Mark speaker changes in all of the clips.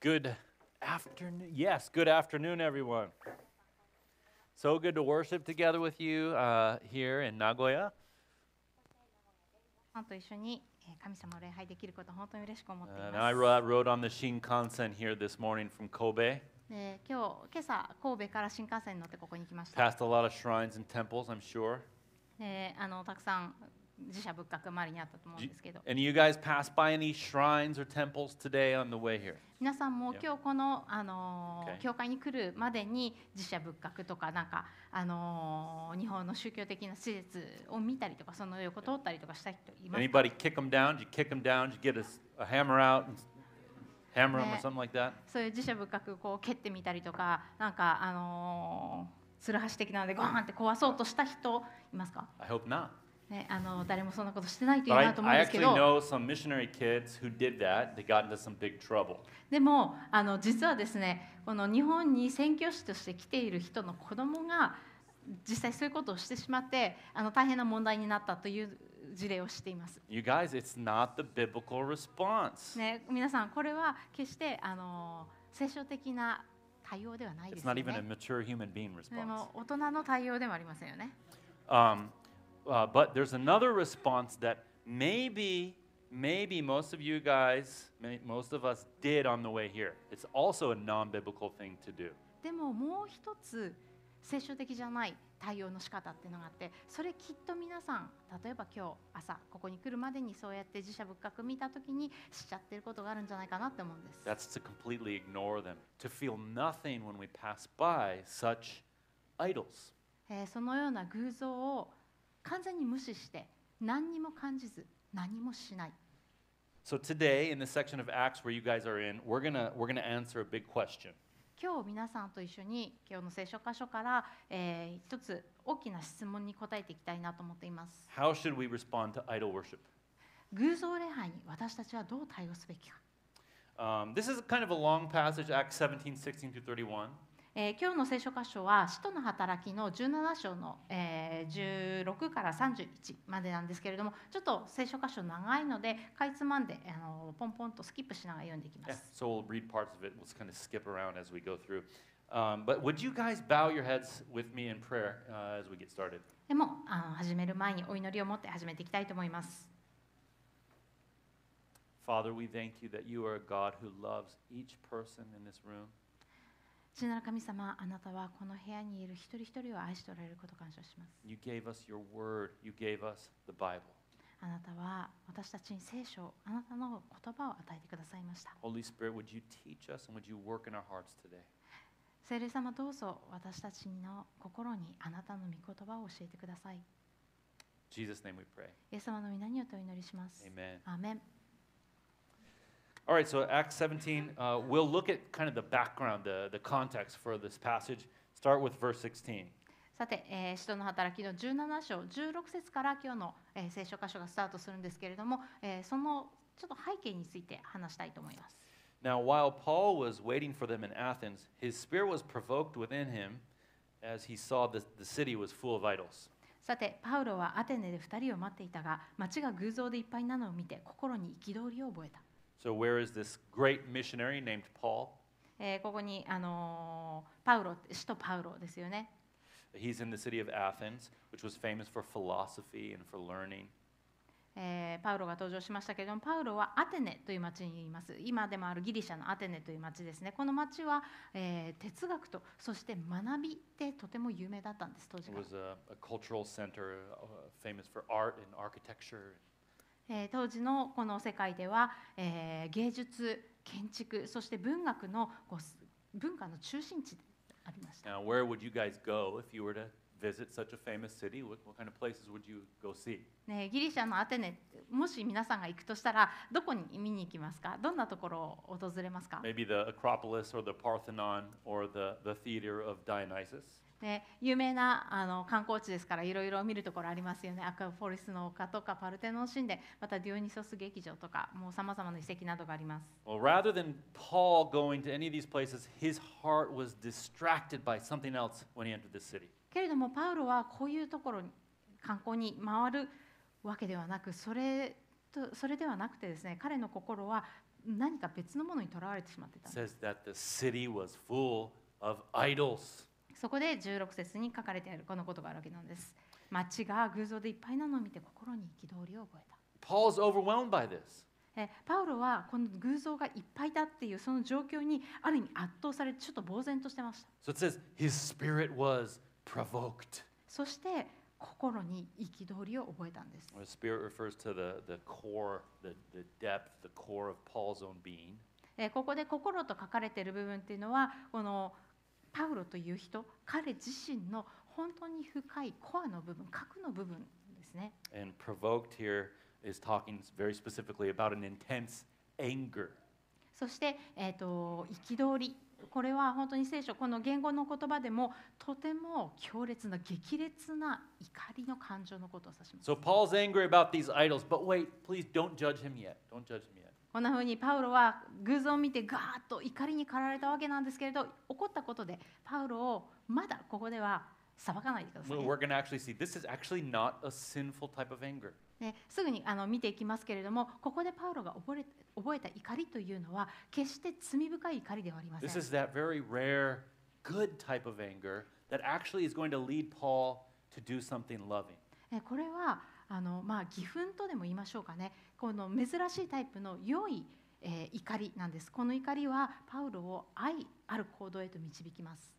Speaker 1: Good afternoon. Yes, good afternoon, everyone. So good to worship together with you uh, here in Nagoya.
Speaker 2: 本と一緒にえー神様を礼拝できること本当に嬉しく思ってい
Speaker 1: Uh, And
Speaker 2: ま
Speaker 1: I
Speaker 2: す。
Speaker 1: ro- rode on the Shinkansen here this morning from Kobe.
Speaker 2: で今日今朝神戸から新幹線に乗ってここに来ました。
Speaker 1: Passed a lot of shrines and temples, I'm sure.
Speaker 2: であのたくさん自社仏閣周りにあったと思うんですけど、
Speaker 1: And you guys passed by any shrines or temples today on the way here?
Speaker 2: 皆さんも
Speaker 1: Yeah.
Speaker 2: 今日このあのー
Speaker 1: Okay.
Speaker 2: 教会に来るまでに自社仏閣とかなんかあのー日本の宗教的な施設を見たりとかその横通ったりとかした人いますか。
Speaker 1: Anybody kick them down? Did you kick them down? Did you get a, s- a hammer out and s- hammer them or
Speaker 2: Meh.
Speaker 1: something like that?
Speaker 2: そういう自社仏閣をこう蹴ってみたりとかなんかあのーつるはし的なのでゴーンって壊そうとした人いますか
Speaker 1: I hope not.
Speaker 2: ね、あの誰もそんなことしてないとい
Speaker 1: But
Speaker 2: い
Speaker 1: I,
Speaker 2: なと思う
Speaker 1: I
Speaker 2: んですけ
Speaker 1: actually
Speaker 2: ど
Speaker 1: know some missionary kids who did that. They got into some big trouble.
Speaker 2: でもあの実はですねこの日本に宣教師として来ている人の子供が実際そういうことをしてしまってあの大変な問題になったという事例を知っています。
Speaker 1: You guys, it's not the biblical response.
Speaker 2: ね、皆さんこれは決してあの聖書的な対応ではないで
Speaker 1: It's
Speaker 2: すよ
Speaker 1: not even a
Speaker 2: ね。
Speaker 1: mature human being
Speaker 2: で
Speaker 1: response.
Speaker 2: も大人の対応でもありませんよね。
Speaker 1: Um, uh, but there's another response that maybe, maybe most of you guys, may, most of us did on the way here. It's also a non biblical thing to do.
Speaker 2: でももう一つ聖書的じゃない対応の仕方っていうのがあってそれきっと皆さん例えば今日朝ここに来るまでにそうやって自社仏閣見た時にしちゃってることがあるんじゃないかなって思うんです
Speaker 1: That's to completely ignore them, to feel nothing when we pass by such idols.
Speaker 2: えーそのような偶像を完全に無視して何にも感じず何もしない
Speaker 1: So today, in the section of Acts where you guys are in, we're gonna we're gonna answer a big question.
Speaker 2: 今日皆さんと一緒に今日の聖書箇所から、えー一つ大きな質問に答えていきたいなと思っています
Speaker 1: How should we respond to idol worship?
Speaker 2: 偶像礼拝に私たちはどう対応すべきか
Speaker 1: Um, this is kind of a long passage, Acts 17, 16 through 31.
Speaker 2: えー今日の聖書箇所は「使徒の働き」の17章の、えー16から31までなんですけれどもちょっと聖書箇所長いのでかいつまんであのポンポンとスキップしながら読んでいきま
Speaker 1: Yeah,
Speaker 2: す。
Speaker 1: so we'll read parts of it. We'll kind of skip around as we go through. Um, but would you guys bow your heads with me in prayer uh, as we get started?
Speaker 2: でもあの始める前にお祈りを持って始めていきたいと思います。
Speaker 1: Father, we thank you that you are a God who loves each person in this room.
Speaker 2: 父なる神様あなたはこの部屋にいる一人一人を愛しておられることを感謝します。
Speaker 1: You gave us your word, you gave us the Bible.
Speaker 2: あなたは私たちに聖書をあなたの言葉を与えてくださいました。
Speaker 1: Holy Spirit, would you teach us and would you work in our hearts today?
Speaker 2: 聖霊様どうぞ私たちの心にあなたの御言葉を教えてください。
Speaker 1: In Jesus' name we pray.
Speaker 2: イエス様の皆によってお祈りします。
Speaker 1: Amen.
Speaker 2: アーメン
Speaker 1: All right, so Acts 17, uh, we'll look at kind of the background, the, the context for this passage. Start with verse 16.
Speaker 2: さて、えー使徒の働きの17章16節から今日の、えー聖書箇所がスタートするんですけれども、えーそのちょっと背景について話したいと思います。
Speaker 1: Now, while Paul was waiting for them in Athens, his spirit was provoked within him as he saw that the city was full of idols.
Speaker 2: さて、パウロはアテネで2人を待っていたが、町が偶像でいっぱいなのを見て、心に憤りを覚えた。
Speaker 1: So, where is this great missionary named Paul?
Speaker 2: えーここに、あのーパウロ、使徒パウロですよね。
Speaker 1: He's in the city of Athens, which was famous for philosophy and for learning.
Speaker 2: えーパウロが登場しましたけれどもパウロはアテネという町にいます今でもあるギリシャのアテネという町ですねこの町は、えー哲学とそして学びでとても有名だったんです当時
Speaker 1: It
Speaker 2: から
Speaker 1: was、a, a cultural center uh, famous for art and architecture.
Speaker 2: えー当時のこの世界では、えー芸術建築そして文学のこうす文化の中心地でありました
Speaker 1: Now, where would you guys go if you were to visit such a famous city? What, what kind of places would you go see?
Speaker 2: ね、ギリシャのアテネもし皆さんが行くとしたらどこに見に行きますかどんなところを訪れますか
Speaker 1: Maybe the Acropolis or the Parthenon or the, the theater of Dionysus.
Speaker 2: ね、有名なあの観光地ですからいろいろ見るところありますよねアクアポリスの丘とかパルテノン神殿またディオニソス劇場とかもうさまざまな遺跡などがあります
Speaker 1: Well, rather than Paul going to any of these places, his heart was distracted by something else when he entered the city.
Speaker 2: けれどもパウロはこういうところに観光に回るわけではなくそれとそれではなくてですね彼の心は何か別のものにとらわれてしまってた
Speaker 1: It says that the city was full of idols.
Speaker 2: そこで16節に書かれてあるこのことがあるわけなんです町が偶像でいっぱいなのを見て心に憤りを覚えた
Speaker 1: Paul's overwhelmed by this.
Speaker 2: えパウロはこの偶像がいっぱいだっていうその状況にある意味圧倒されてちょっと呆然としてました
Speaker 1: So it says his spirit was provoked.
Speaker 2: そして心に憤りを覚えたんです
Speaker 1: The spirit refers to the, the core, the, the depth, the core of Paul's own being.
Speaker 2: えーここで「心」と書かれている部分っていうのはこのパウロという人彼自身の本当に深いコアの部分核の部分ですね
Speaker 1: And provoked here is talking very specifically about an intense anger.
Speaker 2: そしてえーと憤りこれは本当に聖書この言語の言葉でもとても強烈な激烈な怒りの感情のことを指します
Speaker 1: So Paul's angry about these idols, but wait, please don't judge him yet. Don't judge him yet.
Speaker 2: こんなふうにパウロは偶像を見てガーッと怒りに駆られたわけなんですけれど怒ったことでパウロをまだここでは裁かないでくださ
Speaker 1: We're-
Speaker 2: い
Speaker 1: We're going to actually see this is actually not a sinful type of anger.
Speaker 2: ね、すぐにあの見ていきますけれどもここでパウロが覚え覚えた怒りというのは決して罪深い怒りではありません
Speaker 1: This is that very rare, good type of anger that actually is going to lead Paul to do something loving.
Speaker 2: ねこれはあの、まあ、義憤とでも言いましょうかねこの珍しいタイプの良い、えー怒りなんですこの怒りはパウロを愛ある行動へと導きます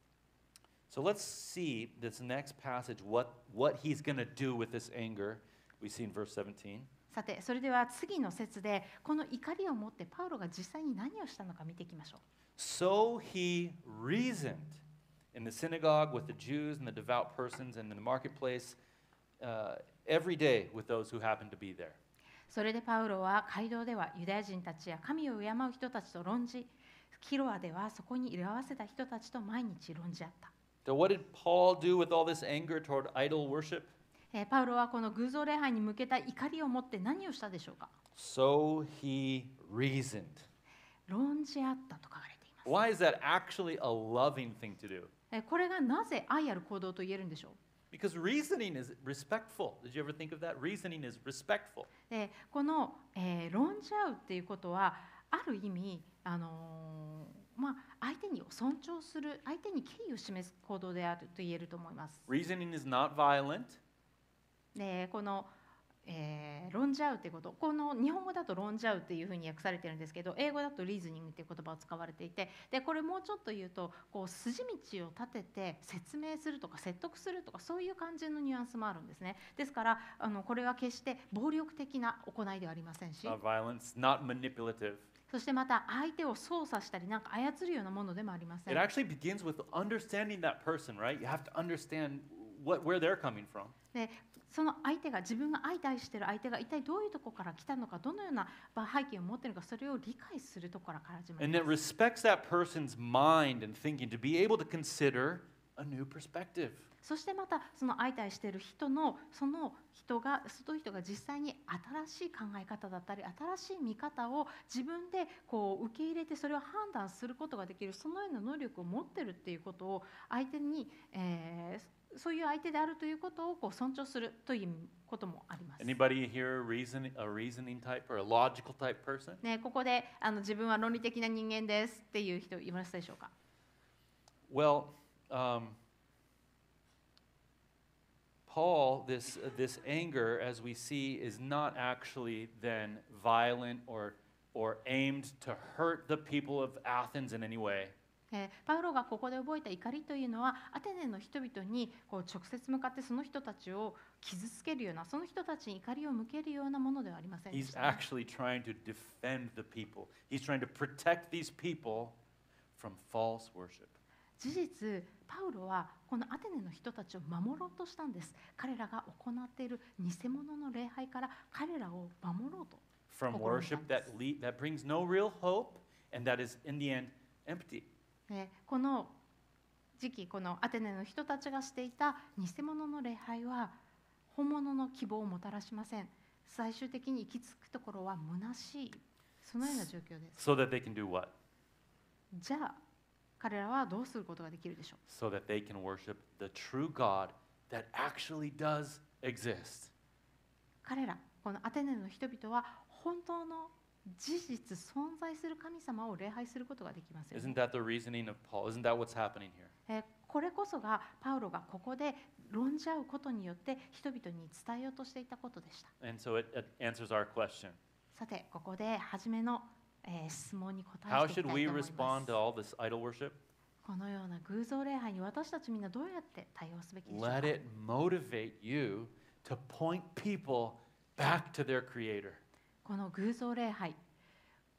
Speaker 1: So let's see this next passage, what, what he's going to do with this anger. We see in verse 17.
Speaker 2: さてそれでは次の節でこの怒りを持ってパウロが実際に何をしたのか見ていきましょう
Speaker 1: So he reasoned in the synagogue with the Jews and the devout persons and in the marketplace uh, every day with those who happened to be there.
Speaker 2: それでパウロは街道ではユダヤ人たちや神を敬う人たちと論じキロアではそこに居合わせた人たちと毎日論じ合った、
Speaker 1: So, what did Paul do with all this anger toward idol worship?
Speaker 2: えーパウロはこの偶像礼拝に向けた怒りを持って何をしたでしょうか
Speaker 1: So he reasoned.
Speaker 2: 論じ合ったと書かれています、
Speaker 1: Why is that actually a loving thing to do?
Speaker 2: えーこれがなぜ愛ある行動と言えるんでしょう
Speaker 1: Because reasoning is respectful. Did you ever think of that? Reasoning is respectful.
Speaker 2: でこの、えー論じ合うっていうことはある意味、あのーまあ、相手に尊重する相手に敬意を示す行動であると言えると思います
Speaker 1: Reasoning is not violent.
Speaker 2: でこの、えー論じ合うっていうことこの日本語だと論じ合うっていうふうに訳されてるんですけど英語だとリーズニングっていう言葉を使われていてでこれもうちょっと言うとこう筋道を立てて説明するとか説得するとかそういう感じのニュアンスもあるんですねですからあのこれは決して暴力的な行いではありませんし
Speaker 1: Not Uh, violence, not manipulative.
Speaker 2: そしてまた相手を操作したりなんか操るようなものでもありませ
Speaker 1: It
Speaker 2: ん
Speaker 1: actually begins with understanding that person, right? You have to understand what, where they're coming from.
Speaker 2: でその相手が自分が相対している相手が一体どういうところから来たのかどのようなまあ背景を持っているのかそれを理解するところから始まります
Speaker 1: And it respects that person's mind and thinking to be able to consider a new perspective.
Speaker 2: そしてまたその相対している人のその人がその人が実際に新しい考え方だったり新しい見方を自分でこう受け入れてそれを判断することができるそのような能力を持ってるっていうことを相手に、えーそういう相手であるということをこう尊重するということもあります。
Speaker 1: Anybody here a reason a reasoning type or a logical type person?
Speaker 2: ね、ここであの自分は論理的な人間ですっていう人いましたでしょうか
Speaker 1: Well, um, Paul, this, uh, this anger, as we see, is not actually then violent or, or aimed to hurt the people of Athens in any way.
Speaker 2: えーパウロがここで覚えた怒りというのはアテネの人々にこう直接向かってその人たちを傷つけるようなその人たちに怒りを向けるようなものではありませんで
Speaker 1: He's
Speaker 2: したね、
Speaker 1: actually trying to defend the people, he's trying to protect these people from false worship.
Speaker 2: 事実パウロはこのアテネの人たちを守ろうとしたんです彼らが行っている偽物の礼拝から彼らを守ろうと
Speaker 1: From
Speaker 2: Pokemon
Speaker 1: worship that,
Speaker 2: dance.
Speaker 1: lead, that brings no real hope and that is, in the end, empty.
Speaker 2: ねこの時期このアテネの人たちがしていた偽物の礼拝は本物の希望をもたらしません最終的に行き着くところは虚しいそのような状況です
Speaker 1: So that they can do what?
Speaker 2: じゃあ彼らはどうすることができるでしょ
Speaker 1: so that they can worship the true God that actually does exist.
Speaker 2: う彼らこのアテネの人々は本当の事実存在する神様を礼拝することができますよね、
Speaker 1: Isn't that the reasoning of Paul? Isn't that what's happening here?
Speaker 2: えーこれこそがパウロがここで論じ合うことによって人々に伝えようとしていたことでした
Speaker 1: And so it, it answers our question
Speaker 2: さてここで初めの、えー質問に答
Speaker 1: How
Speaker 2: えていきたい
Speaker 1: should
Speaker 2: と
Speaker 1: we
Speaker 2: 思いま
Speaker 1: respond
Speaker 2: す
Speaker 1: to all this idol worship?
Speaker 2: このような偶像礼拝に私たちみんなどうやって対応すべきでしょうか
Speaker 1: Let it motivate you to point people back to their Creator.
Speaker 2: この偶像礼拝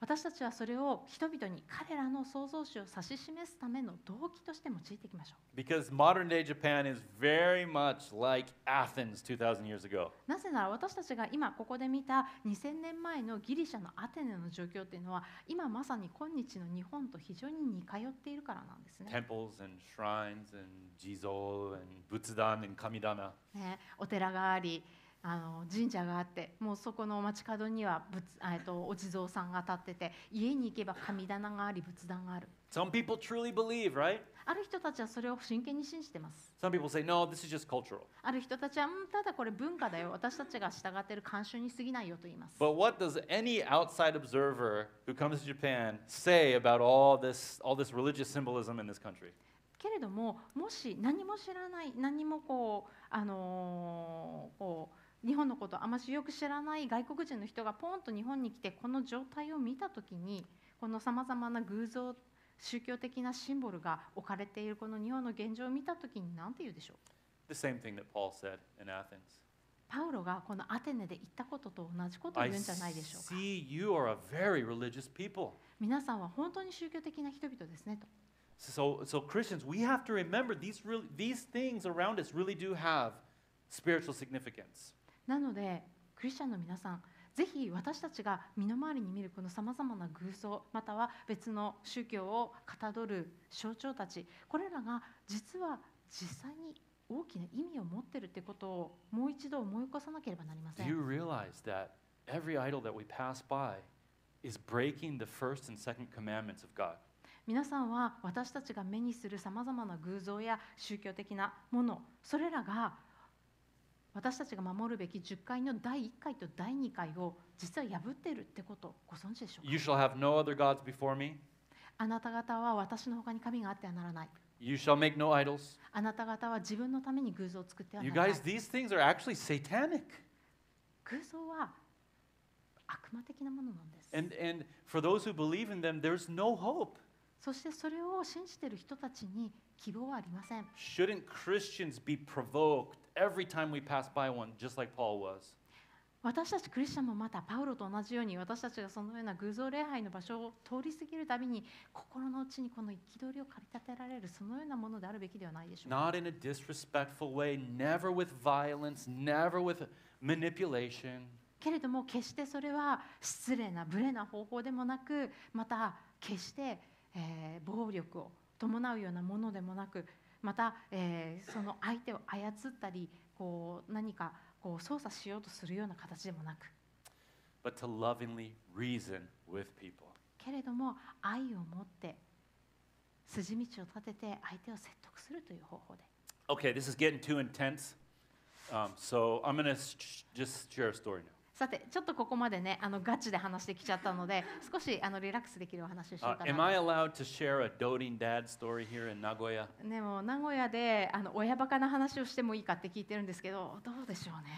Speaker 2: 私たちはそれを人々に彼らの創造主を指し示すための動機として用いていきましょ
Speaker 1: Because modern day Japan is very much like Athens 2,000 years ago.
Speaker 2: うなぜなら私たちが今ここで見た2000年前のギリシャのアテネの状況っていうのは今まさに今日の日本と非常に似通っているからなんですね
Speaker 1: Temples and shrines and jizo and butsudan and kamidana.
Speaker 2: ねお寺がありあの神社があってもうそこの街角には仏あえっとお地蔵さんが立ってて家に行けば神棚があり仏壇がある
Speaker 1: Some people truly believe, right?
Speaker 2: ある人たちはそれを真剣に信じてます
Speaker 1: Some people say, no, this is just cultural.
Speaker 2: ある人たちは、うん、ただこれ文化だよ、私たちが従っている慣習に過ぎないよと言います。
Speaker 1: But what does any outside observer who comes to Japan say about all this, all this religious symbolism in this country?
Speaker 2: けれども、もし何も知らない、何もこう、あのーこう日本のことをあましよく知らない外国人の人がポンと日本に来て、この状態を見たときに、このさまざまな偶像、宗教的なシンボルが置かれているこの日本の現状を見たときに、何て言うでしょう
Speaker 1: The same thing that Paul said in Athens.
Speaker 2: パウロがこのアテネで言ったことと同じことを
Speaker 1: I
Speaker 2: 言うんじゃないでしょうか。
Speaker 1: see you are a very religious people.
Speaker 2: 皆さんは本当に宗教的な人々ですねと。
Speaker 1: So, so Christians, we have to remember these, real these things around us really do have spiritual significance.
Speaker 2: なのでクリスチャンの皆さんぜひ私たちが身の回りに見るこのさまざまな偶像または別の宗教をかたどる象徴たちこれらが実は実際に大きな意味を持ってるってことをもう一度思い起こさなければなりませ
Speaker 1: Do you
Speaker 2: ん。
Speaker 1: realize that every idol that we pass by is breaking the first and second commandments of God?
Speaker 2: 皆さんは私たちが目にするさまざまな偶像や宗教的なものそれらが私たちが守るべき10回の第1回と第2回を実は破っているってことをご存知でしょうか
Speaker 1: You shall have no other gods before me.
Speaker 2: あなた方は私の他に神があってはならない。
Speaker 1: You shall make no idols.
Speaker 2: あなた方は自分のために偶像を作ってはな
Speaker 1: You
Speaker 2: らない
Speaker 1: guys,。these things are actually satanic.
Speaker 2: 偶像は悪魔的なものなんです。
Speaker 1: And, and for those who believe in them, there's no hope.
Speaker 2: そしてそれを信じている人たちに希望はありません。
Speaker 1: Shouldn't Christians be provoked every time we pass by one, just like Paul was?
Speaker 2: 私たちクリスチャンもまたパウロと同じように私たちがそのような偶像礼拝の場所を通り過ぎるたびに心の内にこの憤りを駆り立てられるそのようなものであるべきではないでしょうか
Speaker 1: Not in a disrespectful way, never with violence, never with manipulation.
Speaker 2: けれども決してそれは失礼な無礼な方法でもなくまた決して、えー暴力を伴うようなものでもなくまた、えーその相手を操ったりこう何かこう操作しようとするような形でもなく
Speaker 1: but to lovingly reason with people.
Speaker 2: けれども愛を持って筋道を立てて相手を説得するという方法で
Speaker 1: Okay, this is getting too intense. Um, so I'm going to sh- just share a story now.
Speaker 2: さてちょっとここまでねあのガチで話してきちゃったので少しあのリラックスできるお話をしよ
Speaker 1: Uh,
Speaker 2: うかな
Speaker 1: am
Speaker 2: と
Speaker 1: I allowed to share a doting dad story here in Nagoya?
Speaker 2: ね、もう名古屋であの親バカな話をしてもいいかって聞いてるんですけどどうでしょうね、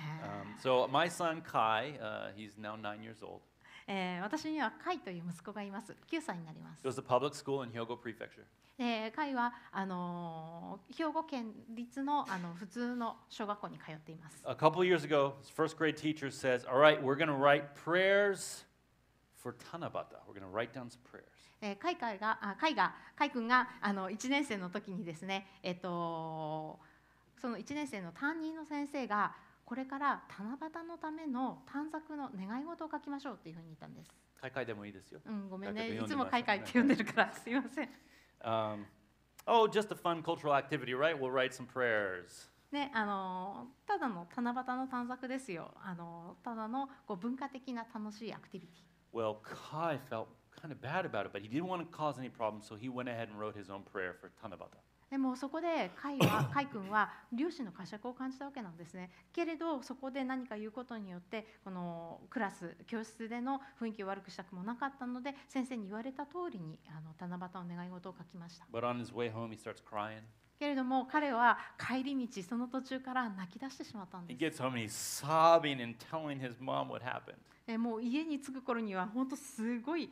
Speaker 1: Um, so my son Kai, uh, he's now nine years old,
Speaker 2: えー私には甲斐という息子がいます9歳になります、
Speaker 1: goes to public school in Hyogo Prefecture.
Speaker 2: えー、甲斐はあのー兵庫県立のあの普通の小学校に通っています、
Speaker 1: A couple years ago, his first grade teacher says, all right, we're going to write prayers for Tanabata. We're going to write down some prayers.
Speaker 2: えー、甲斐甲斐があ甲斐が甲斐くんがあの1年生の時にですねえっ、とその1年生の担任の先生がこれから七夕のための短冊の願い事を書きましょうっていうふうに言ったんです。
Speaker 1: Kai Kai でもいいですよ。
Speaker 2: うん、ごめんね。
Speaker 1: だけ
Speaker 2: い
Speaker 1: ど
Speaker 2: つ
Speaker 1: 読んで
Speaker 2: も
Speaker 1: ま
Speaker 2: カ
Speaker 1: す
Speaker 2: イカイって呼んでるから、すいません。
Speaker 1: Um, oh, just a fun cultural activity, right? We'll write some prayers.
Speaker 2: ね、あのーただの七夕の短冊ですよ。あのーただのこう文化的な楽しいアクティビティ。
Speaker 1: Well, Kai felt kind of bad about it, but he didn't want to cause any problems, so he went ahead and wrote his own prayer for Tanabata.
Speaker 2: でもそこで海 は海君は粒子の呵責を感じたわけなんですねけれどそこで何か言うことによってこのクラス教室での雰囲気を悪くしたくもなかったので先生に言われた通りにあの七夕の願い事を書きました
Speaker 1: But on his way home, he starts crying.
Speaker 2: けれども彼は帰り道その途中から泣き出してしまったん
Speaker 1: He
Speaker 2: です
Speaker 1: gets home and he's sobbing and telling his mom what happened.
Speaker 2: えーもう家に着く頃には本当すごい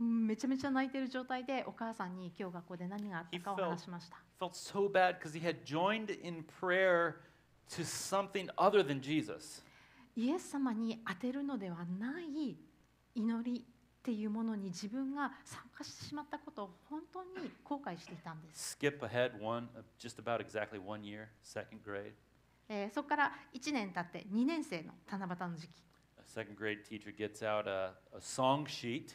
Speaker 2: うんめちゃめちゃ泣いてる状態でお母さんに今日学校で何があったかを
Speaker 1: He felt-
Speaker 2: 話しました
Speaker 1: Felt so bad because he had joined in prayer to something other than Jesus.
Speaker 2: イエス様に当てるのではない祈りっていうものに自分が参加してしまったことを本当に後悔していたんです、
Speaker 1: Skip ahead one, uh, just about exactly one year, second grade.
Speaker 2: えーそこから1年経って2年生の七夕の時期
Speaker 1: A second grade teacher gets out a, a song sheet.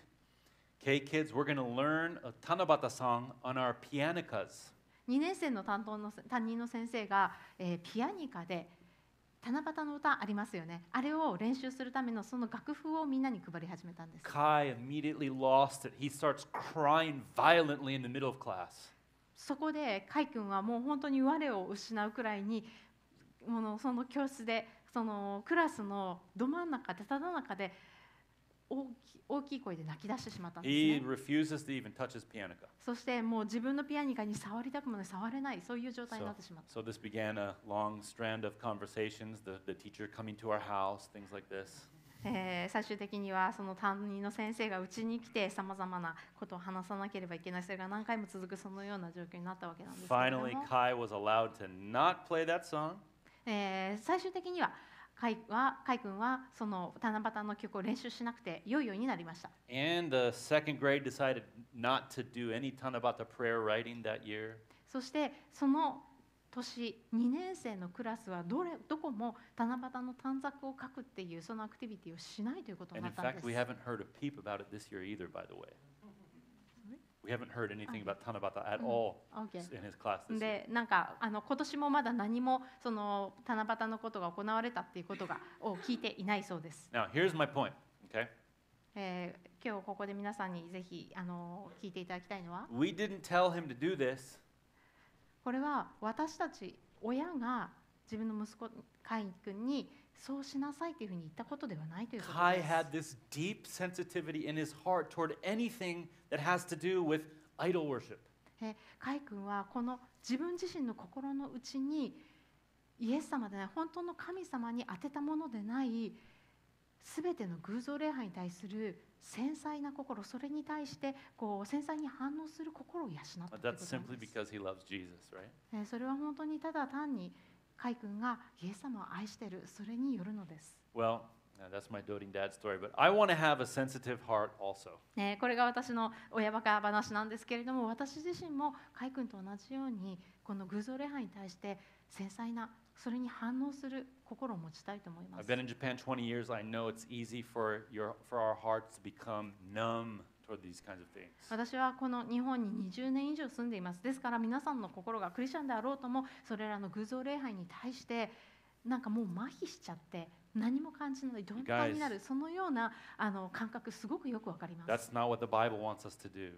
Speaker 1: Okay, kids, we're going to learn a Tanabata song on our pianicas.
Speaker 2: 2年生の担当の担任の先生が、えーピアニカで七夕の歌ありますよねあれを練習するためのその楽譜をみんなに配り始めたんです
Speaker 1: Kai immediately lost it. He starts crying violently in the middle of class.
Speaker 2: そこで海君はもう本当に我を失うくらいにものその教室でそのクラスのど真ん中でただ中で大き大きい声で泣き出してしまったんです
Speaker 1: He
Speaker 2: ね。
Speaker 1: refuses to even touch his pianica.
Speaker 2: そしてもう自分のピアニカに触りたくもない触れないそういう状態に
Speaker 1: So,
Speaker 2: なってしまった。
Speaker 1: so this began a long strand of conversations, the, the teacher coming to our house, things like this.
Speaker 2: えー最終的にはその担任の先生がうちに来てさまざまなことを話さなければいけないそれが何回も続くそのような状況になったわけなんですけれども
Speaker 1: Finally, Kai was allowed to not play that song.
Speaker 2: えー最終的には海は海君はその七夕の曲を練習しなくて良いようになりました。
Speaker 1: And the second grade decided not to do any Tanabata prayer writing that year.
Speaker 2: そしてその年2年生のクラスはどれどこも七夕の短冊を書くっていうそのアクティビティをしないということに
Speaker 1: And
Speaker 2: な
Speaker 1: in
Speaker 2: ったんで
Speaker 1: fact,
Speaker 2: す
Speaker 1: we。haven't heard a peep about it this year either, by the way. We haven't heard anything about Tanabata at
Speaker 2: Mm.
Speaker 1: all
Speaker 2: OK
Speaker 1: s- in his class this year.
Speaker 2: でなんかあの今年もまだ何もその七夕のことが行われたっていうことがを聞いていないそうです、
Speaker 1: Now, here's my point, okay?
Speaker 2: えー今日ここで皆さんにぜひあの聞いていただきたいのは
Speaker 1: We didn't tell him to do this.
Speaker 2: これは私たち親が自分の息子カイ君にそうしなさいというふうに言ったことではないということ
Speaker 1: Kai
Speaker 2: です
Speaker 1: had this deep sensitivity in his heart toward anything that has to do with idol worship.
Speaker 2: えカイ君はこの自分自身の心の内にイエス様でない本当の神様に当てたものでない全ての偶像礼拝に対する繊細な心それに対してこう繊細に反応する心を養った
Speaker 1: But
Speaker 2: とい
Speaker 1: that's
Speaker 2: うことなん
Speaker 1: simply
Speaker 2: です
Speaker 1: because he loves Jesus, right?
Speaker 2: えそれは本当にただ単にカイ君がイエス様を愛しているそれによるのです。
Speaker 1: Well, now that's my doting dad story, but I want to have a sensitive heart also.
Speaker 2: えーこれが私の親バカ話なんですけれども私自身も海君と同じようにこの偶像礼拝に対して繊細なそれに反応する心を持ちたいと思います
Speaker 1: I've been in Japan 20 years. I know it's easy for, your, for our hearts to become numb toward these kinds of things.
Speaker 2: 私はこの日本に20年以上住んでいますですから皆さんの心がクリスチャンであろうともそれらの偶像礼拝に対してなんかもう麻痺しちゃって何も感じない鈍感になるそのようなあの感覚すごくよくわかります
Speaker 1: That's not what the Bible wants us to do.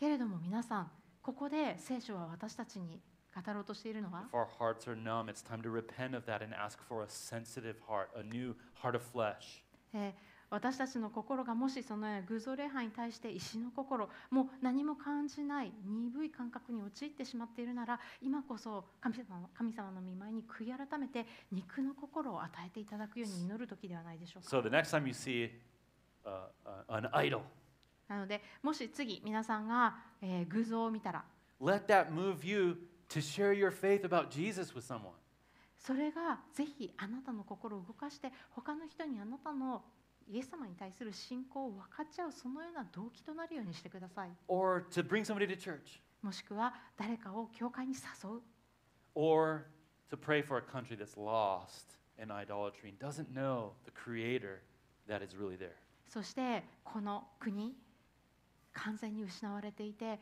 Speaker 2: けれども皆さんここで聖書は私たちに語ろうとしているのは
Speaker 1: If our hearts are numb, it's time to repent of that and ask for a sensitive heart, a new heart of flesh.
Speaker 2: えー私たちの心がもしそのような偶像礼拝に対して石の心もう何も感じない鈍い感覚に陥ってしまっているなら今こそ神様の神様の御前に悔い改めて肉の心を与えていただくように祈る時ではないでしょうか
Speaker 1: So the next time you see uh, uh, an idol,
Speaker 2: なのでもし次皆さんが、えー偶像を見たら
Speaker 1: let that move you to share your faith about Jesus with someone.
Speaker 2: それがぜひあなたの心を動かして他の人にあなたのイエス様に対する信仰を分かっちゃうそのような動機となるようにしてください
Speaker 1: or to bring somebody to church,
Speaker 2: もしくは誰かを教会に誘う
Speaker 1: or to pray for a country that's lost in idolatry and doesn't know the creator that is really there.
Speaker 2: そしてこの国完全に失われていて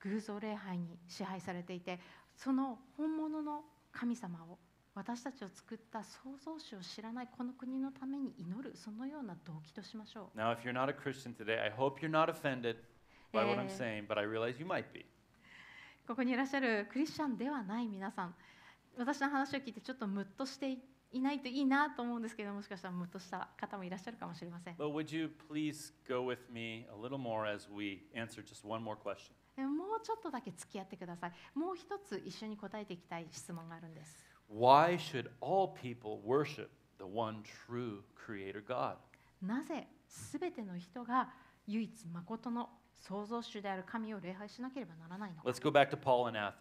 Speaker 2: 偶像礼拝に支配されていてその本物の神様を私たちを作った創造主を知らないこの国のために祈るそのような動機としましょう
Speaker 1: Now, if you're not a Christian today, I hope you're not offended by what I'm
Speaker 2: Eh.
Speaker 1: saying, but I realize you might be.
Speaker 2: ここにいらっしゃるクリスチャンではない皆さん私の話を聞いてちょっとムッとしていないといいなと思うんですけどもしかしたらムッとした方もいらっしゃるかもしれません
Speaker 1: But would you please go with me a little more as we answer just one more question?
Speaker 2: でももうちょっとだけ付き合ってくださいもう一つ一緒に答えていきたい質問があるんです
Speaker 1: Why should all people worship the one true Creator God?
Speaker 2: なぜすべての人が唯一誠の創造主である神を礼拝しなければならないのか
Speaker 1: Let's go back to Paul in Athens.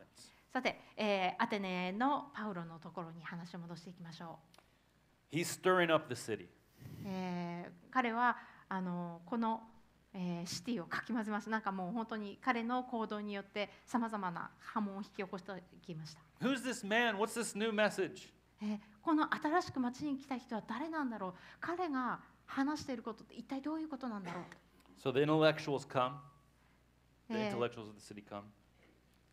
Speaker 2: さて、えーアテネのパウロのところに話を戻していきましょ
Speaker 1: He's stirring up the city.
Speaker 2: う、えー彼はあのこの、えーシティをかき混ぜますなんかもう本当に彼の行動によってさまざまな波紋を引き起こしていきました、
Speaker 1: Who's this man? What's this new message?
Speaker 2: えーこの新しく町に来た人は誰なんだろう彼が話していることって一体どういうことなんだろう、
Speaker 1: So the intellectuals come. The
Speaker 2: えー
Speaker 1: intellectuals of the city come.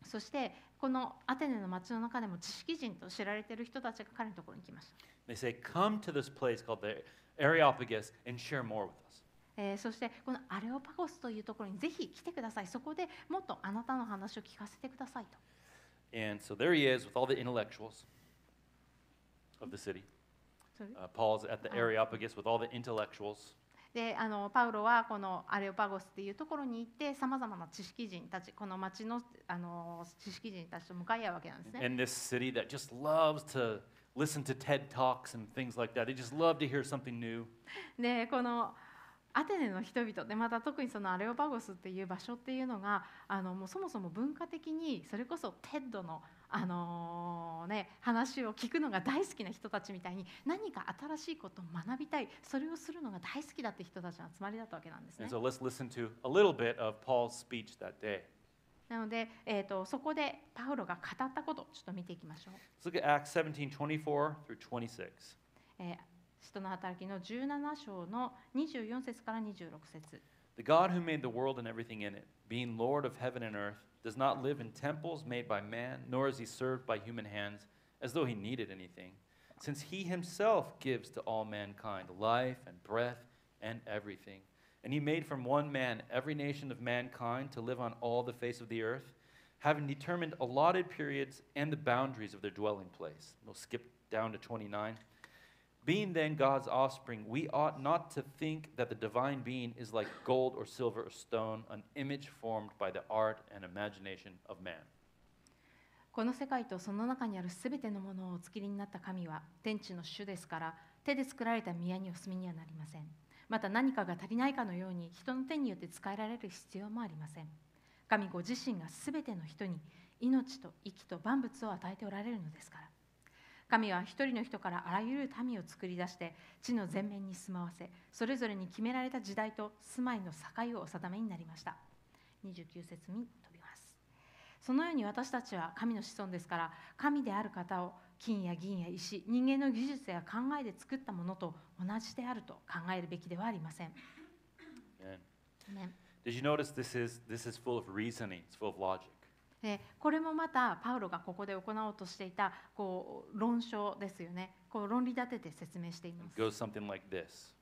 Speaker 2: そしてこのアテネの町の中でも知識人と知られている人たちが彼のところに来ました、
Speaker 1: They say, Come to this place called the Areopagus and share more with us.
Speaker 2: えーそしてこのアレオパゴスというところにぜひ来てくださいそこでもっとあなたの話を聞かせてくださいと
Speaker 1: And so there he is with all the intellectuals of the city.
Speaker 2: それ
Speaker 1: Uh, Paul's at the
Speaker 2: Oh.
Speaker 1: Areopagus with all the intellectuals.
Speaker 2: であのパウロはこのアレオパゴスっていうところに行ってさまざまな知識人たちこの町のあの知識人たちと向かい合うわけなんですね。
Speaker 1: in this city that just loves to listen to TED Talks and things like that. They just love to hear something new.
Speaker 2: でこのアテネの人々でまた特にそのアレオパゴスっていう場所っていうのがあのもうそもそも文化的にそれこそテッドの、あのね、話を聞くのが大好きな人たちみたいに何か新しいことを学びたいそれをするのが大好きだって人たちの集まりだったわけなんですね
Speaker 1: And。so let's listen to a little bit of Paul's speech that day.
Speaker 2: なので、えー、とそこでパウロが語ったことちょっと見ていきましょう。
Speaker 1: Let's look at Acts 17 24 through 26.
Speaker 2: えー使徒の働きの17章の24節から26節
Speaker 1: The God who made the world and everything in it, being Lord of heaven and earth, does not live in temples made by man, nor is he served by human hands as though he needed anything, since he himself gives to all mankind life and breath and everything. And he made from one man every nation of mankind to live on all the face of the earth, having determined allotted periods and the boundaries of their dwelling place. We'll skip down to 29. Being then God's offspring, we ought not to think that the divine being is like gold or silver or stone, an image formed by the art and imagination of man.
Speaker 2: この世界とその中にあるすべてのものをお作りになった神は天地の主ですから手で作られた宮にお住みにはなりませんまた何かが足りないかのように人の手によって使えられる必要もありません神ご自身がすべての人に命と息と万物を与えておられるのですから神は一人の人からあらゆる民を作り出して地の全面に住まわせそれぞれに決められた時代と住まいの境をお定めになりました29節に飛びますそのように私たちは神の子孫ですから神である方を金や銀や石人間の技術や考えで作ったものと同じであると考えるべきではありません。
Speaker 1: Amen.
Speaker 2: ね
Speaker 1: Did you notice this is, this is full of reasoning, it's full of logic.
Speaker 2: えーこれもまたパウロがここで行おうとしていたこう論証ですよねこう論理立てて説明していま
Speaker 1: It
Speaker 2: す。
Speaker 1: goes something like this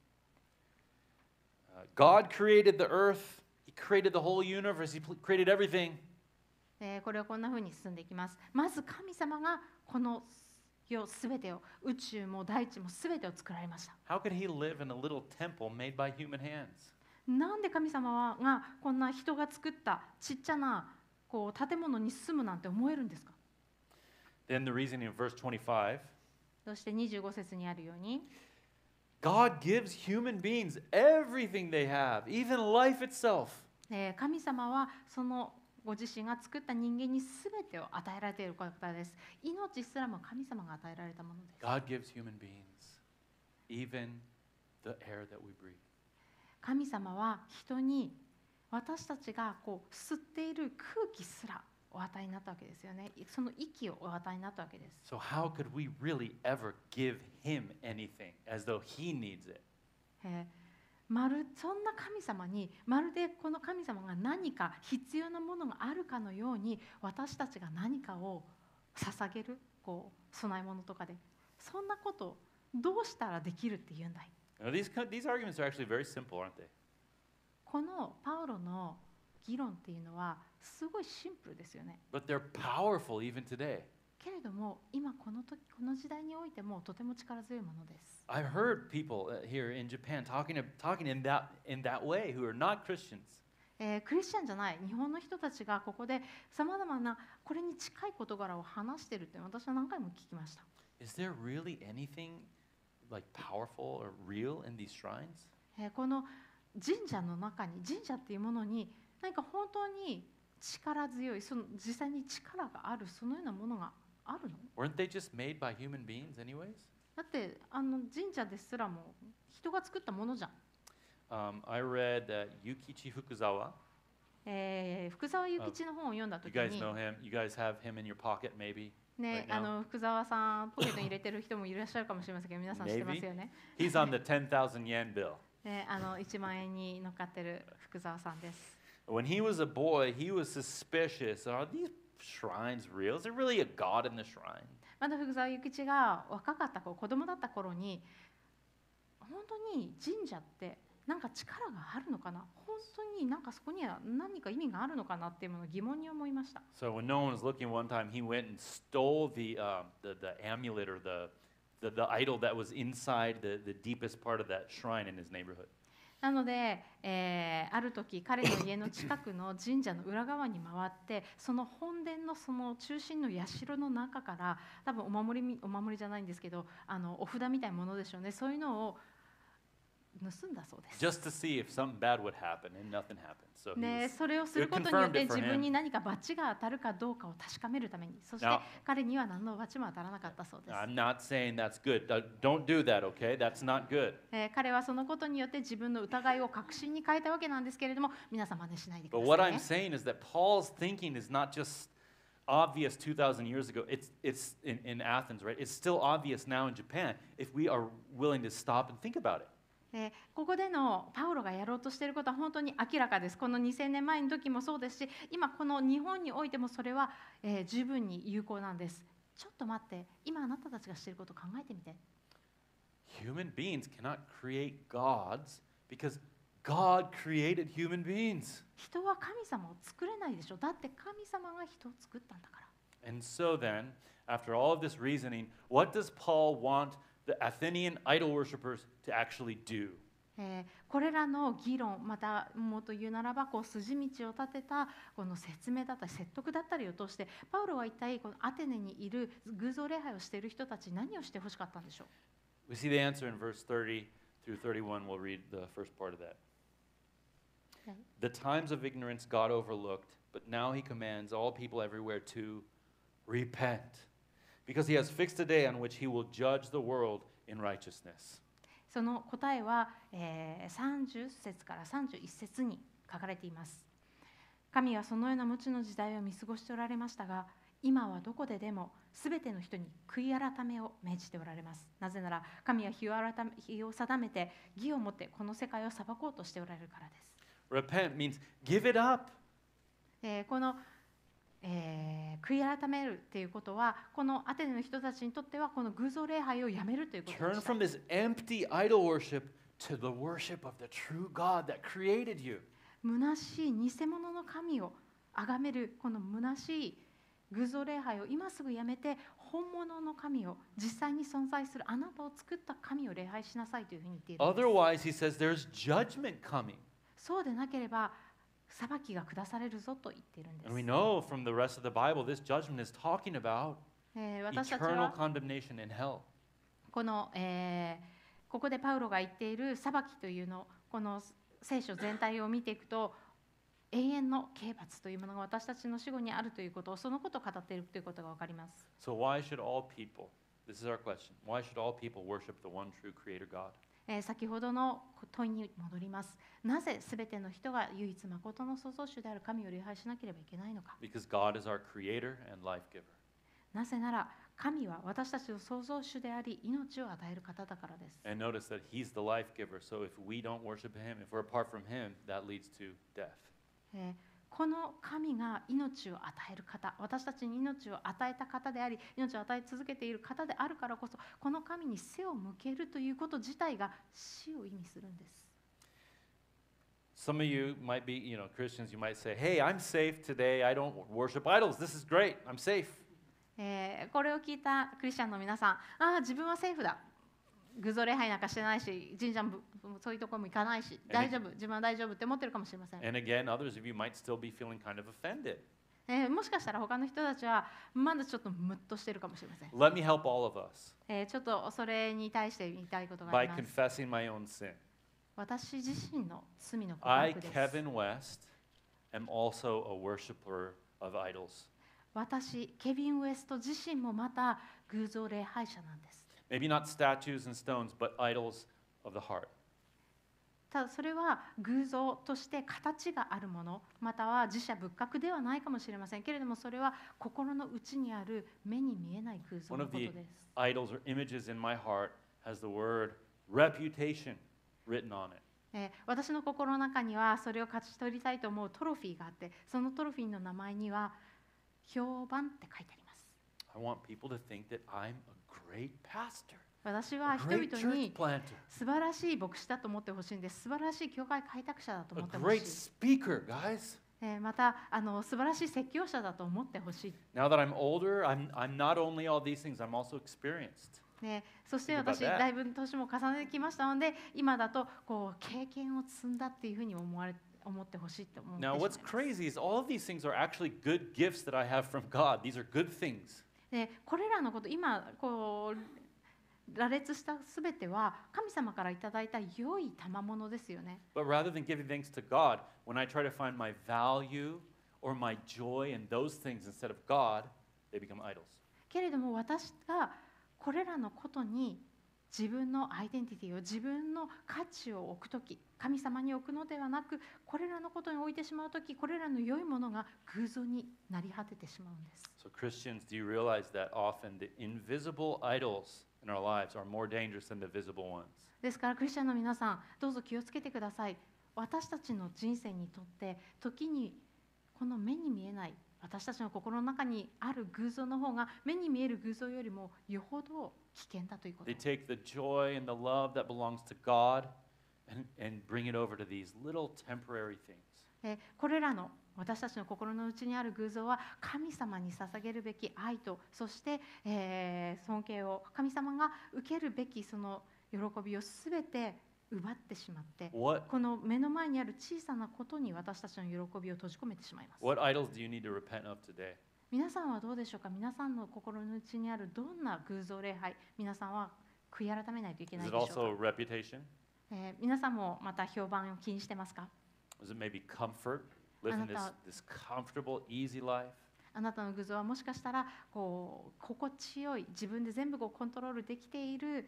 Speaker 1: Uh, God created the earth, He created the whole universe, He pl- created everything.
Speaker 2: えーこれはこんな風に進んでいきます。まず神様がこの世すべてを宇宙も大地もすべてを作られました。
Speaker 1: How could He live in a little temple made by human hands?
Speaker 2: なんで神様はがこんな人が作ったちっちゃなこう建物に住むなんて思えるんですか
Speaker 1: Then the reasoning of verse 25.
Speaker 2: そして25節にあるように
Speaker 1: God gives human beings everything they have, even life itself.
Speaker 2: えー神様はそのご自身が作った人間に全てを与えられている方です命すらも神様が与えられたものです
Speaker 1: God gives human beings even the air that we breathe.
Speaker 2: 神様は人に私たちがこう吸っている空気すらお与えになったわけですよねその息をお与えになったわけです
Speaker 1: So, how could we really ever give Him anything as though He needs it?
Speaker 2: えーまるそんな神様にまるでこの神様が何か必要なものがあるかのように私たちが何かを捧げるこう供え物とかでそんなことどうしたらできるって言うんだい
Speaker 1: Now, these, co- these arguments are actually very simple, aren't they?
Speaker 2: このパウロの議論っていうのはすごいシンプルですよね
Speaker 1: but they're powerful even today.
Speaker 2: けれども今この時この時代においてもとても力強いものです
Speaker 1: I've heard people uh, here in Japan talking, ab- talking in, that, in that way who are not Christians.
Speaker 2: えークリスチャンじゃない日本の人たちがここでさまざまなこれに近い事柄を話してるって私は何回も聞きました
Speaker 1: Is there really anything like powerful or real in these shrines?
Speaker 2: えーこの神社の中に神社っていうものに何か本当に力強いその実際に力があるそのようなものがあるの
Speaker 1: Weren't they just made by human beings, anyways?
Speaker 2: だってあの神社ですらも人が作ったものじゃん、
Speaker 1: Um, I read uh, Yukichi Fukuzawa.
Speaker 2: えー福沢諭吉の本を読んだ
Speaker 1: You
Speaker 2: 時
Speaker 1: guys
Speaker 2: に
Speaker 1: know him. You guys have him in your pocket, maybe.
Speaker 2: ね
Speaker 1: right now.
Speaker 2: あの福沢さんポケットに入れてる人もいらっしゃるかもしれませんけど皆さん知ってますよね、
Speaker 1: He's on the 10,000 yen bill.
Speaker 2: ねあの1万円に乗っかってる福沢さんです
Speaker 1: When he was a boy, he was suspicious. Are these shrines real? Is there really a god in the shrine?
Speaker 2: まだ福沢諭吉が若かった子子供だった頃に本当に神社ってなんか力があるのかな本当になんかそこには何か意味があるのかなっていうものを疑問に思いました
Speaker 1: So when no one was looking one time, he went and stole the, um, the, the amulet or the, the, the idol that was inside the, the deepest part of that shrine in his neighborhood.
Speaker 2: なので、えーある時彼の家の近くの神社の裏側に回ってその本殿のその中心の社の中から多分お守りみお守りじゃないんですけどあのお札みたいなものでしょうねそういうのを盗んだそうです。
Speaker 1: just to see if something bad would happen, and nothing happened. So he
Speaker 2: ね、
Speaker 1: was-
Speaker 2: それをすることによって
Speaker 1: confirmed it for
Speaker 2: 自
Speaker 1: him.
Speaker 2: 分に何か罰が当たるかどうかを確かめるためにそして
Speaker 1: Now-
Speaker 2: 彼には何の罰も当たらなかったそうです、
Speaker 1: I'm not saying that's good. Uh, Don't do that, okay? That's not good.
Speaker 2: えー彼はそのことによって自分の疑いを確信に変えたわけなんですけれども皆さん真似しないでく
Speaker 1: But
Speaker 2: だ
Speaker 1: what
Speaker 2: さい、
Speaker 1: I'm saying
Speaker 2: ね、
Speaker 1: is that Paul's thinking is not just obvious 2,000 years ago. It's, it's in, in Athens, right? It's still obvious now in Japan if we are willing to stop and think about it.
Speaker 2: えーここでのパウロがやろうとしていることは本当に明らかですこの2000年前の時もそうですし今この日本においてもそれは、えー十分に有効なんですちょっと待って今あなたたちがしていることを考えてみて
Speaker 1: Human beings cannot create gods because God created human beings.
Speaker 2: 人は神様を作れないでしょだって神様が人を作ったんだから
Speaker 1: And so then, after all of this reasoning, what does Paul want the Athenian idol worshippers to actually do?
Speaker 2: えーこれらの議論またもっと言うならばこう筋道を立てたこの説明だったり説得だったりを通してパウロは一体このアテネにいる偶像礼拝をしている人たちに何をしてほしかったんでしょう
Speaker 1: We see the answer in verse 30 through 31. We'll read the first part of that.
Speaker 2: Okay.
Speaker 1: The times of ignorance God overlooked, but now he commands all people everywhere to repent, because he has fixed a day on which he will judge the world in righteousness.
Speaker 2: その答えは、えー30節から31節に書かれています神はそのような無知の時代を見過ごしておられましたが今はどこででもすべての人に悔い改めを命じておられますなぜなら神は日を改め日を定めて義をもってこの世界を裁こうとしておられるからです、
Speaker 1: Repent means give it up.
Speaker 2: えーこの、えー悔い改めるっていうことはこのアテネの人たちにとってはこの偶像礼拝をやめるということで
Speaker 1: Turn
Speaker 2: した
Speaker 1: from this empty idol worship to the worship of the true God that created you.
Speaker 2: 虚しい偽物の神を崇めるこの虚しい偶像礼拝を今すぐやめて本物の神を実際に存在するあなたを作った神を礼拝しなさいというふうに言っているんです
Speaker 1: Otherwise, he says there's judgment coming.
Speaker 2: そうでなければ裁きが下されるぞと言っているんで
Speaker 1: And we
Speaker 2: す、
Speaker 1: know from the rest of the Bible, this judgment is talking about
Speaker 2: えー私たち
Speaker 1: eternal
Speaker 2: は
Speaker 1: condemnation in hell.
Speaker 2: この、えーここでパウロが言っている裁きというのこの聖書全体を見ていくと永遠の刑罰というものが私たちの死後にあるということをそのことを語っているということが分かります
Speaker 1: So, why should all people, this is our question, why should all people worship the one true Creator God?
Speaker 2: えー先ほどの問いに戻ります。なぜすべての人が唯一まことの創造主である神を礼拝しなければいけないのか。
Speaker 1: Because God is our Creator and life giver.
Speaker 2: なぜなら神は私たちの創造主であり命を与える方だからです。
Speaker 1: And notice that He's the life giver. So, if we don't worship Him, if we're apart from Him, that leads to death.
Speaker 2: えーこの神が命を与える方、私たちに命を与えた方であり、命を与え続けている方であるからこそ、この神に背を向けるということ自体が死を意味するんです。
Speaker 1: Some of you might be, you know, Christians, you might say, hey, I'm safe today. I don't worship idols. This is great. I'm safe.
Speaker 2: えーこれを聞いたクリスチャンの皆さんああ自分はセーフだ偶像礼拝なんかしてないし神社もそういうとこも行かないし
Speaker 1: え
Speaker 2: 大丈夫自分は大丈夫って思ってるかもしれません、
Speaker 1: And again, others of you might still be feeling kind of offended.
Speaker 2: えーもしかしたら他の人たちはまだちょっとムッとしてるかもしれません、
Speaker 1: Let me help all of us
Speaker 2: えーちょっとそれに対して言いたいことがあ
Speaker 1: by
Speaker 2: ります
Speaker 1: confessing my own sin.
Speaker 2: 私自身の罪の告
Speaker 1: I,
Speaker 2: 白です
Speaker 1: Kevin West, am also a worshiper of idols.
Speaker 2: 私ケビン・ウエスト自身もまた偶像礼拝者なんです
Speaker 1: Maybe not statues and stones, but idols of the heart.
Speaker 2: ただそれは偶像として形があるものまたは自社仏閣ではないかもしれませんけれどもそれは心の内にある目に見えない偶像
Speaker 1: One
Speaker 2: の
Speaker 1: of
Speaker 2: ことで
Speaker 1: the
Speaker 2: す
Speaker 1: idols or images in my heart has the word reputation written on it.
Speaker 2: えー私の心の中にはそれを勝ち取りたいと思うトロフィーがあってそのトロフィーの名前には評判って書いてあります
Speaker 1: I want people to think that I'm a great pastor,
Speaker 2: 私
Speaker 1: a
Speaker 2: は人
Speaker 1: great church
Speaker 2: 々に
Speaker 1: planter,
Speaker 2: 素晴らしい牧師だと思ってほしいんです素晴らしい教会開拓者だと
Speaker 1: a
Speaker 2: 思ってほしい
Speaker 1: great speaker, guys.
Speaker 2: えーまたあの素晴らしい説教者だと思ってほしい、
Speaker 1: Now that I'm older, I'm, I'm not only all these things, I'm also experienced.
Speaker 2: ね、そして
Speaker 1: Think about
Speaker 2: 私
Speaker 1: that.
Speaker 2: だいぶ年も重ねてきましたので今だとこう経験を積んだっていうふうに思われ思ってほしいと思ってしま
Speaker 1: Now,
Speaker 2: いま
Speaker 1: what's
Speaker 2: す
Speaker 1: crazy is all of these things are actually good gifts that I have from God. These are good things.
Speaker 2: でこれらのこと今こう羅列したすべては神様からいただいた良い賜物ですよね
Speaker 1: But rather than giving thanks to God, when I try to find my value or my joy in those things instead of God, they become idols.
Speaker 2: けれども私がこれらのことに自分のアイデンティティを自分の価値を置くとき神様に置くのではなくこれらのことに置いてしまうときこれらの良いものが偶像になり果ててしまうんです
Speaker 1: So, Christians, do you realize that often the invisible idols in our lives are more dangerous than the visible ones?
Speaker 2: ですからクリスチャンの皆さんどうぞ気をつけてください私たちの人生にとって時にこの目に見えない私たちの心の中にある偶像の方が目に見える偶像よりもよほど危険だということ
Speaker 1: They take the joy and the love that belongs to God and, and bring it over to these little temporary things.
Speaker 2: えーこれらの私たちの心の内にある偶像は神様に捧げるべき愛とそして、えー尊敬を神様が受けるべきその喜びを全て奪ってしまって
Speaker 1: What,
Speaker 2: この目の前にある小さなことに私たちの喜びを閉じ込めてしまいます
Speaker 1: what idols do you need to repent of today?
Speaker 2: 皆さんはどうでしょうか皆さんの心の内にあるどんな偶像礼拝皆さんは悔い改めないといけな
Speaker 1: Is
Speaker 2: いで
Speaker 1: it
Speaker 2: しょうか、
Speaker 1: also reputation?
Speaker 2: えー皆さんもまた評判を気にしてますか
Speaker 1: Is it maybe comfort? Living this,
Speaker 2: あなたは-
Speaker 1: this comfortable, easy life?
Speaker 2: あなたの偶像はもしかしたらこう心地よい自分で全部こうコントロールできている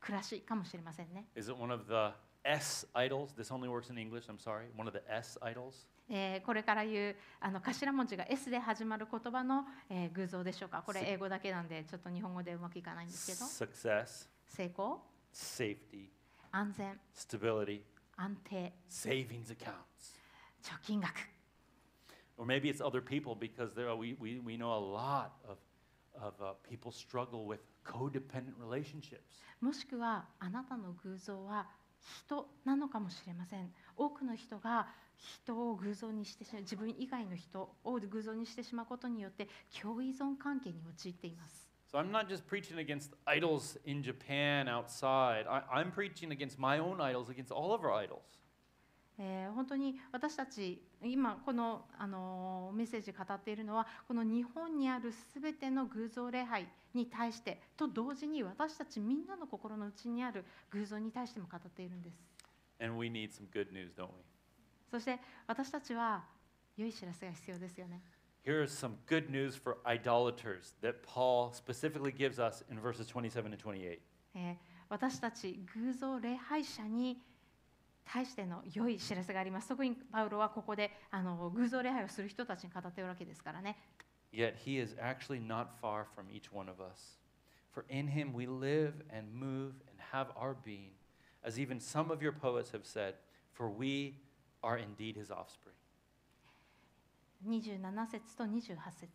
Speaker 2: 暮らしかもしれませんね、
Speaker 1: Is it one of the S idols? This only works in English, I'm sorry. One of the S idols?
Speaker 2: えーこれから言うあの頭文字が S で始まる言葉の、えー偶像でしょうかこれ
Speaker 1: す
Speaker 2: 英語だけなんでちょっと日本語でうまくいかないんですけど
Speaker 1: Success,
Speaker 2: 成功
Speaker 1: safety,
Speaker 2: 安全
Speaker 1: stability,
Speaker 2: 安定
Speaker 1: savings accounts.
Speaker 2: 貯金額
Speaker 1: Or maybe it's other people because there are, we, we, we know a lot of, of uh, people struggle with codependent relationships.
Speaker 2: もしくはあなたの偶像は人なのかもしれません多くの人が人を偶像にしてしまう自分以外の人を偶像にしてしまうことによって共依存関係に陥っています
Speaker 1: So I'm not just preaching against idols in Japan outside, I, I'm preaching against my own idols, against all of our idols.
Speaker 2: えー本当に私たち今この、あのーメッセージ語っているのはこの日本にあるすべての偶像礼拝に対してと同時に私たちみんなの心の内にある偶像に対しても語っているんです
Speaker 1: And we need some good news, don't we?
Speaker 2: そして私たちは良い知らせが必要ですよね
Speaker 1: Here is some good news for idolaters that Paul specifically gives us in verses 27 and 28.
Speaker 2: えー私たち偶像礼拝者に対しての良い知らせがあります特にパウロはここであの偶像礼拝をする人たちに語っているわけですからね
Speaker 1: Yet he is actually not far from each one of us. For in him we live and move and have our being, as even some of your poets have said, for we are indeed his offspring.
Speaker 2: 27節と28節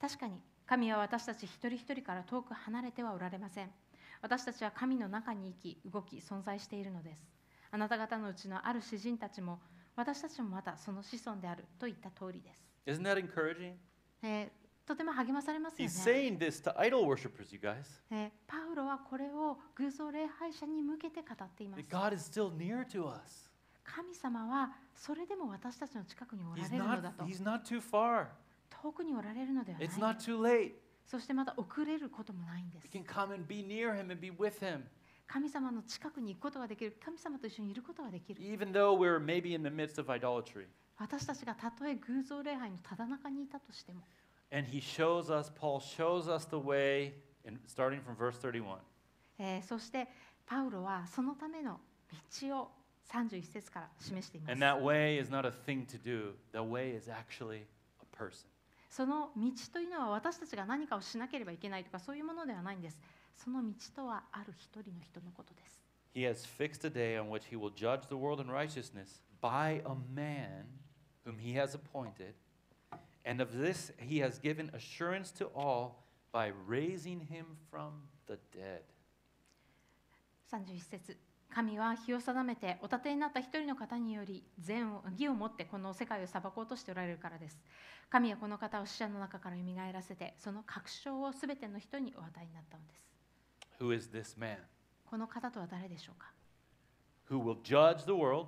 Speaker 2: 確かに神は私たち一人一人から遠く離れてはおられません私たちは神の中に生き動き存在しているのですあなた方のうちのある詩人たちも私たちもまたその子孫であると言った通りです、
Speaker 1: Isn't that encouraging?
Speaker 2: えーとても励まされますよ
Speaker 1: He's saying
Speaker 2: ね、
Speaker 1: this to idol worshippers, you guys.
Speaker 2: えーパウロはこれを偶像礼拝者に向けて語っています
Speaker 1: That God is still near to us.
Speaker 2: 神様はそれでも私たちの近くにおら
Speaker 1: He's
Speaker 2: れるのだ
Speaker 1: not,
Speaker 2: と
Speaker 1: he's not too far.
Speaker 2: 遠くにおられるのでは
Speaker 1: It's
Speaker 2: ない
Speaker 1: not too late.
Speaker 2: そしてまた遅れることもないんです
Speaker 1: We can come and be near him and be with him,
Speaker 2: 神様の近くに行くことができる神様と一緒にいることができる
Speaker 1: even though we're maybe in the midst of idolatry.
Speaker 2: 私たちがたとえ偶像礼拝のただ中にいたとしても
Speaker 1: And he shows us, Paul shows us the way, and starting from verse 31.
Speaker 2: えーそしてパウロはそのための道を31節から示していま
Speaker 1: And
Speaker 2: す
Speaker 1: that way is not a thing to do, the way is actually a person.
Speaker 2: その道というのは私たちが何かをしなければいけないとかそういうものではないんですその道とはある一人の人のことです
Speaker 1: He has fixed a day on which he will judge the world in righteousness by a man whom he has appointed. And of this he has given assurance to all by raising him from the dead.
Speaker 2: 31節神は日を定めてお立てになった一人の方により善を義をもってこの世界を裁こうとしておられるからです神はこの方を死者の中から蘇らせてその確証をすべての人にお与えになったのです
Speaker 1: Who is this man?
Speaker 2: この方とは誰でしょうか
Speaker 1: Who will judge the world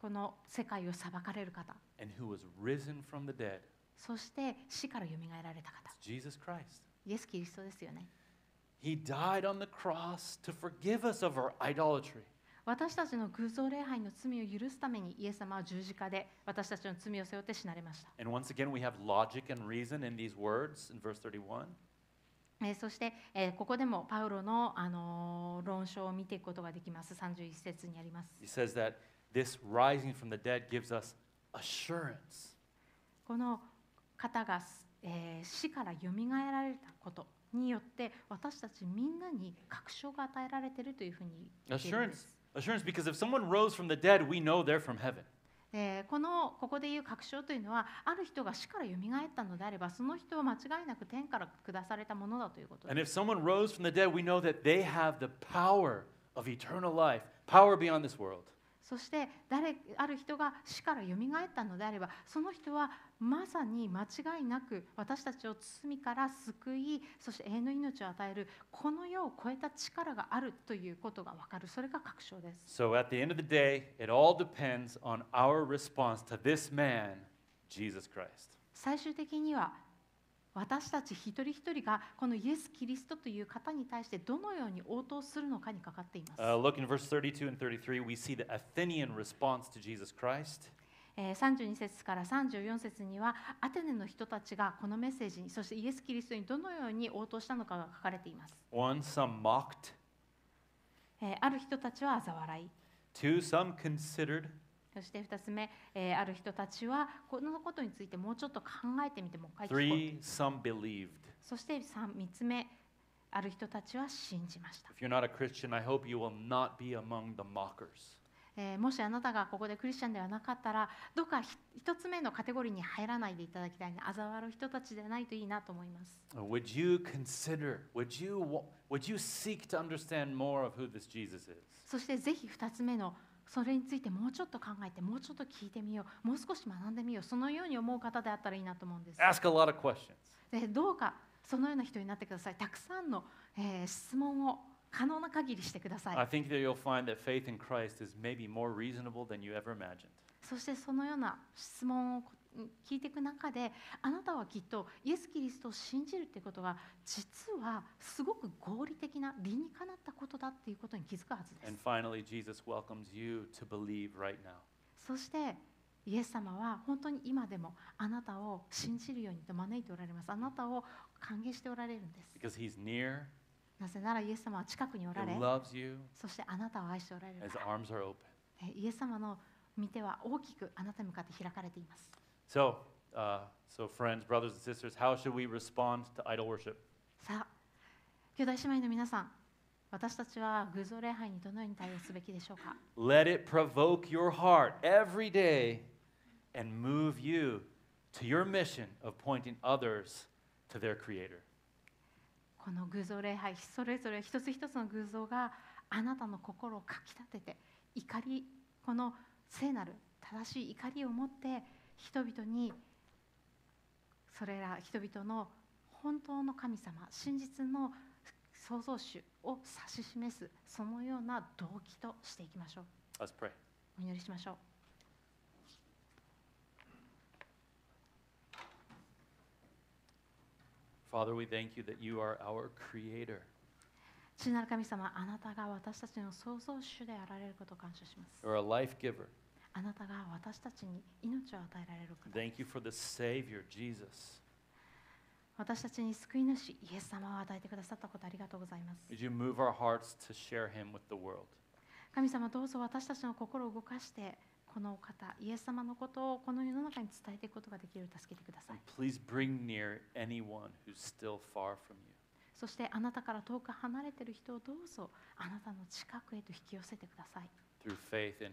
Speaker 2: この世界を裁かれる方
Speaker 1: and who was risen from the dead.
Speaker 2: そして死から蘇られた方
Speaker 1: It's Jesus Christ.
Speaker 2: イエス・キリストですよね
Speaker 1: He died on the cross to forgive us of our idolatry.
Speaker 2: 私たちの偶像礼拝の罪を許すためにイエス様は十字架で私たちの罪を背負って死なれました
Speaker 1: And once again, we have logic and reason in these words in verse 31.
Speaker 2: えーそして、えーここでもパウロの、あのー論証を見ていくことができます31節にあります
Speaker 1: He says that this rising from the dead gives us assurance.
Speaker 2: この方が、えー死からよみがえられたことによって私たちみんなに確証が与えられているというふうに言っているんで
Speaker 1: Assurance.
Speaker 2: す、
Speaker 1: Assurance because if someone rose from the dead, we know they're from heaven.
Speaker 2: えーこのここでいう確証というのはある人が死からよみがえったのであればその人は間違いなく天から下されたものだということです
Speaker 1: And if someone rose from the dead, we know that they have the power of eternal life, power beyond this world.
Speaker 2: そして誰ある人が死からよみがえったのであればその人はまさに間違いなく私たちを罪から救いそして永遠の命を与えるこの世を超えた力があるということが分かるそれが確証です
Speaker 1: So at the end of the day, it all depends on our response to this man, Jesus Christ.
Speaker 2: 最終的には私たち一人一人がこのイエス・キリストという方に対してどのように応答するのかにかかっています、
Speaker 1: Uh, look in verse 32 and 33, we see the Athenian response to Jesus Christ.
Speaker 2: えー32節から34節にはアテネの人たちがこのメッセージにそしてイエス・キリストにどのように応答したのかが書かれています
Speaker 1: One, some mocked.
Speaker 2: えーある人たちは嘲笑い
Speaker 1: Two, some considered.
Speaker 2: そして2つ目、えーある人たちはこのことについてもうちょっと考えてみてもう一回聞こう
Speaker 1: Three, some believed.
Speaker 2: そして 3, つ目ある人たちは信じました、
Speaker 1: If you're not a Christian, I hope you will not be among the mockers.
Speaker 2: えーもしあなたがここでクリスチャンではなかったらどうか1つ目のカテゴリーに入らないでいただきたいな嘲笑う人たちでないといいなと思います、
Speaker 1: Uh, Would you consider, would you, wa- would you seek to understand more of who this Jesus is?
Speaker 2: そしてぜひ2つ目のそれについてもうちょっと考えてもうちょっと聞いてみようもう少し学んでみようそのように思う方であったらいいなと思うんです
Speaker 1: Ask a lot of questions.
Speaker 2: でどうかそのような人になってくださいたくさんの、えー質問を可能な限りしてください、
Speaker 1: I think that you'll find that faith in Christ is maybe more reasonable than you ever imagined.
Speaker 2: そしてそのような質問をこ聞いていく中であなたはきっとイエス・キリストを信じるってことが実はすごく合理的な理にかなったことだっていうことに気づくはずで
Speaker 1: And
Speaker 2: す
Speaker 1: finally, Jesus welcomes you to believe right now.
Speaker 2: そしてイエス様は本当に今でもあなたを信じるようにと招いておられますあなたを歓迎しておられるんです
Speaker 1: Because he's near,
Speaker 2: なぜならイエス様は近くにおられ
Speaker 1: he loves you,
Speaker 2: そしてあなたを愛しておられる
Speaker 1: and
Speaker 2: か
Speaker 1: his
Speaker 2: ら
Speaker 1: arms are open.
Speaker 2: えイエス様の御手は大きくあなたに向かって開かれています。
Speaker 1: So, uh, so friends, brothers and sisters, how should we respond to idol worship?
Speaker 2: さあ、兄弟姉妹の皆さん、私たちは偶像礼拝にどのように対応すべきでしょうか。
Speaker 1: Let it provoke your heart every day and move you to your mission of pointing others to their Creator.
Speaker 2: この偶像礼拝、それぞれ一つ一つの偶像があなたの心をかきたてて怒りこの聖なる正しい怒りを持って人々にそれら人々の本当の神様真実の創造主を指し示すそのような動機としていきましょう
Speaker 1: Let's pray.
Speaker 2: お祈りしましょう
Speaker 1: Father, we thank you that you are our creator.
Speaker 2: 父なる神様あなたが私たちの創造主であられることを感謝します
Speaker 1: You're a life giver.
Speaker 2: あなたが私たちに命を与えられること
Speaker 1: Thank you for the Savior, Jesus.
Speaker 2: 私たちに救い主イエス様を与えてくださったことありがとうございます
Speaker 1: Would you move our hearts to share him with the world?
Speaker 2: 神様どうぞ私たちの心を動かしてこのお方イエス様のことをこの世の中に伝えていくことができるように助けてください
Speaker 1: And please bring near anyone who's still far from you.
Speaker 2: そしてあなたから遠く離れている人をどうぞあなたの近くへと引き寄せてください
Speaker 1: Through faith in him.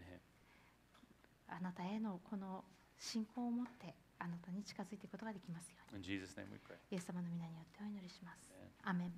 Speaker 2: あなたへのこの信仰を持ってあなたに近づいていくことができますよう
Speaker 1: In
Speaker 2: に
Speaker 1: Jesus' name we pray.
Speaker 2: イエス様の皆によってお祈りします
Speaker 1: Amen.
Speaker 2: アーメン